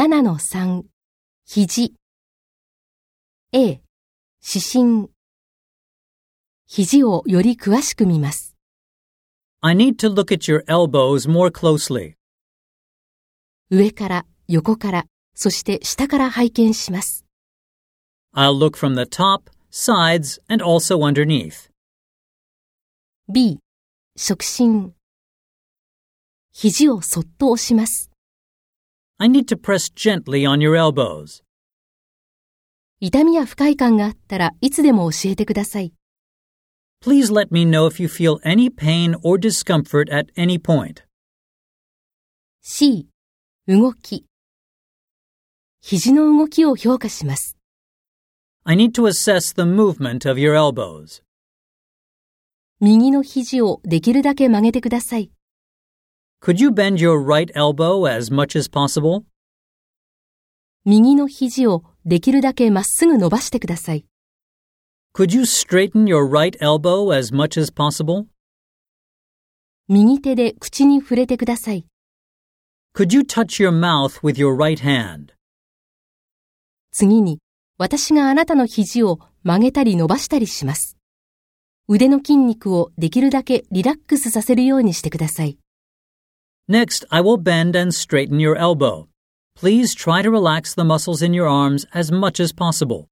7-3、肘。A、指針。肘をより詳しく見ます。 I need to look at your elbows more closely. 上から、横から、そして下から拝見します。 I'll look from the top, sides, and also underneath. B、触診。肘をそっと押します。 I need to press gently on your elbows. 痛みや不快感があったらいつでも教えてください。 Please let me know if you feel any pain or discomfort at any point. C、動き。肘の動きを評価します。 I need to assess the movement of your elbows. 右の肘をできるだけ曲げてください。 Could you bend your right elbow as much as possible? 右の肘をできるだけまっすぐ伸ばしてください。 Could you straighten your right elbow as much as possible? 右手で口に触れてください。 Could you touch your mouth with your right hand? 次に、私があなたの肘を曲げたり伸ばしたりします。腕の筋肉をできるだけリラックスさせるようにしてください。 Next, I will bend and straighten your elbow. Please try to relax the muscles in your arms as much as possible.